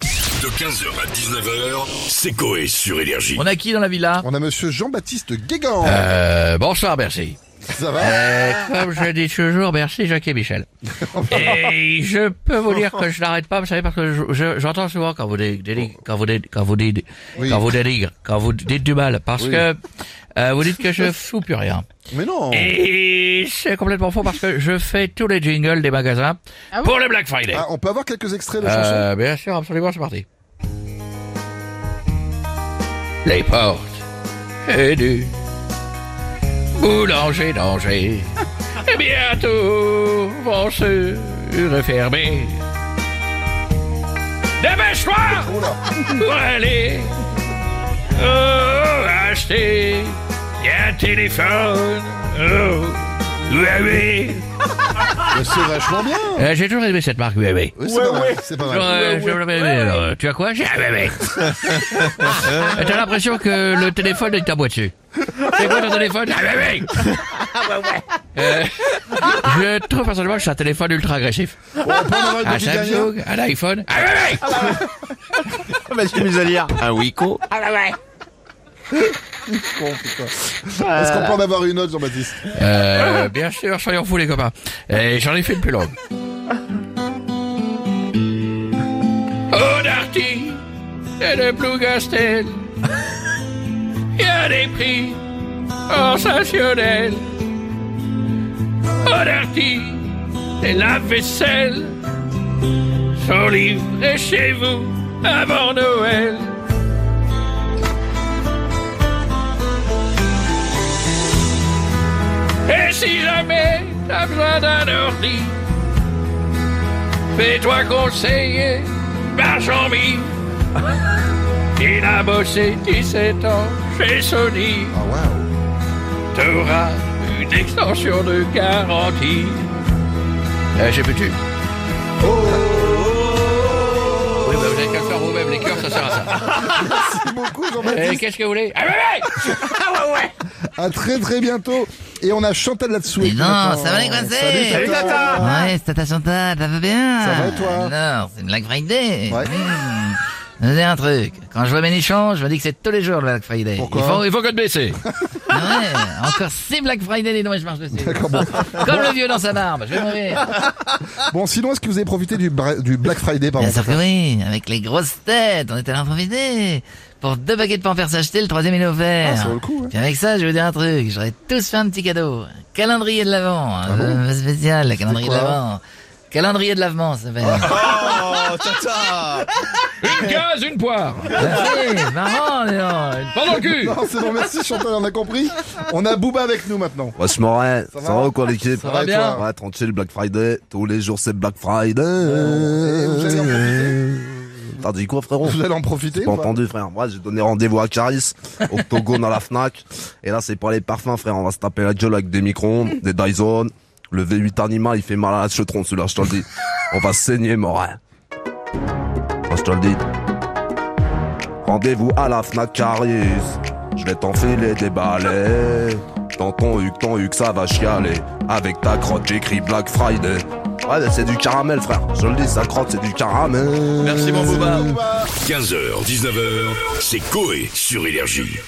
De 15h à 19h, c'est Coé sur Énergie. On a qui dans la villa On a monsieur Jean-Baptiste Guégan. euh, Bonsoir, merci. Ça va Euh, comme je dis toujours, merci Jacques et Michel. Et je peux vous dire que je n'arrête pas, vous savez, parce que je- je- j'entends souvent quand vous dites, quand vous dites, quand vous dites, Oui. quand vous dénigrez, quand vous dites du mal, parce Oui. que euh, vous dites que je fous plus rien. Mais non. Et c'est complètement faux parce que je fais tous les jingles des magasins pour le Black Friday. Ah, on peut avoir quelques extraits de la chanson Euh, bien sûr, absolument, c'est parti. Les portes et du boulanger danger et bientôt vont se refermer. Dépêche-toi pour aller oh, acheter un téléphone. Oh, UAV. Mais C'est vachement bien. Euh, J'ai toujours aimé cette marque UAV. Oui, c'est pas mal. C'est pas mal. Euh, je- mais- mais, euh, Tu as quoi J'ai un bébé. Euh, T'as l'impression que le téléphone est à boîte dessus. C'est quoi ton téléphone J'ai un bébé. Euh, Je trouve personnellement que c'est un téléphone ultra agressif. On peut en avoir une Un petite dernière Samsung, un iPhone. Un bébé. Un Wico Est-ce qu'on peut en avoir une autre, Jean-Baptiste Euh, bien sûr, soyons fous les copains. Et j'en ai fait une plus longue. Oh Darty, et le Blue Gastel, il y a des prix sensationnels. Oh Darty, et la vaisselle sont livrés chez vous avant Noël. Et si jamais t'as besoin d'un ordi, fais-toi conseiller par Jean-Mi. Il a bossé 17 ans chez Sony. Ah, waouh. T'auras une extension de garantie. Oh, Euh, J'ai plus tu. oh, Oui, bah, vous avez qu'à le faire vous-même, les cœurs, ça sert à ça. Merci beaucoup, Euh, Jean-Baptiste. Qu'est-ce que vous voulez Ah, ouais, ouais À très, très bientôt. Et on a Chantal là-dessous. Mais non, ça va les coincés Salut, Salut, Tata. Ouais, c'est Tata Chantal, ça va bien Ça va, et toi Non, c'est une Black Friday Ouais. Mmh. Je vais vous dire un truc, quand je vois Ménichon, je me dis que c'est tous les jours le Black Friday. Pourquoi Il Bon, Il faut que te baisser. faut- Ouais, encore 6 Black Friday, les noms, je marche dessus. D'accord, bon. Comme le vieux dans sa barbe, je vais mourir. Ah Bon, sinon, est-ce que vous avez profité du, bra- du Black Friday, pardon Bien sûr que oui, avec les grosses têtes, on était là en profiter. Pour deux paquets de pampers achetés, le troisième il est offert. Ah, ça vaut le coup, ouais. Puis avec ça, je vais vous dire un truc, j'aurais tous fait un petit cadeau. Un Calendrier de l'Avent, un peu spécial, le calendrier de Ah quoi l'Avent. Calendrier de l'Avent, ça s'appelle. Oh, tata Une case, une poire. Merci, marrant, Léon. Pendant le cul. Non, c'est bon, merci Chantal, on a compris. On a Booba avec nous maintenant. Wesh Morin, ça va ou quoi l'équipe va et toi Ouais, tranquille, Black Friday, tous les jours c'est Black Friday Et Euh, vous allez en profiter T'as dit quoi frérot Vous allez en profiter J'ai pas ou pas entendu frère, moi j'ai donné rendez-vous à Caris, au Octogone à la Fnac, et là c'est pour les parfums frère, on va se taper la gueule avec des microns, des Dyson, le V8 Anima il fait mal à la chetron celui-là, je te le dis. On va saigner Morin. Moi, je te le dis. Rendez-vous à la Fnac Caris. Je vais t'enfiler des balais. Dans ton huc, ton huc, ça va chialer. Avec ta crotte, j'écris Black Friday. Ouais, mais c'est du caramel, frère. Je le dis, sa crotte, c'est du caramel. Merci, mon Booba. 15h, 19h, c'est Coé sur Énergie.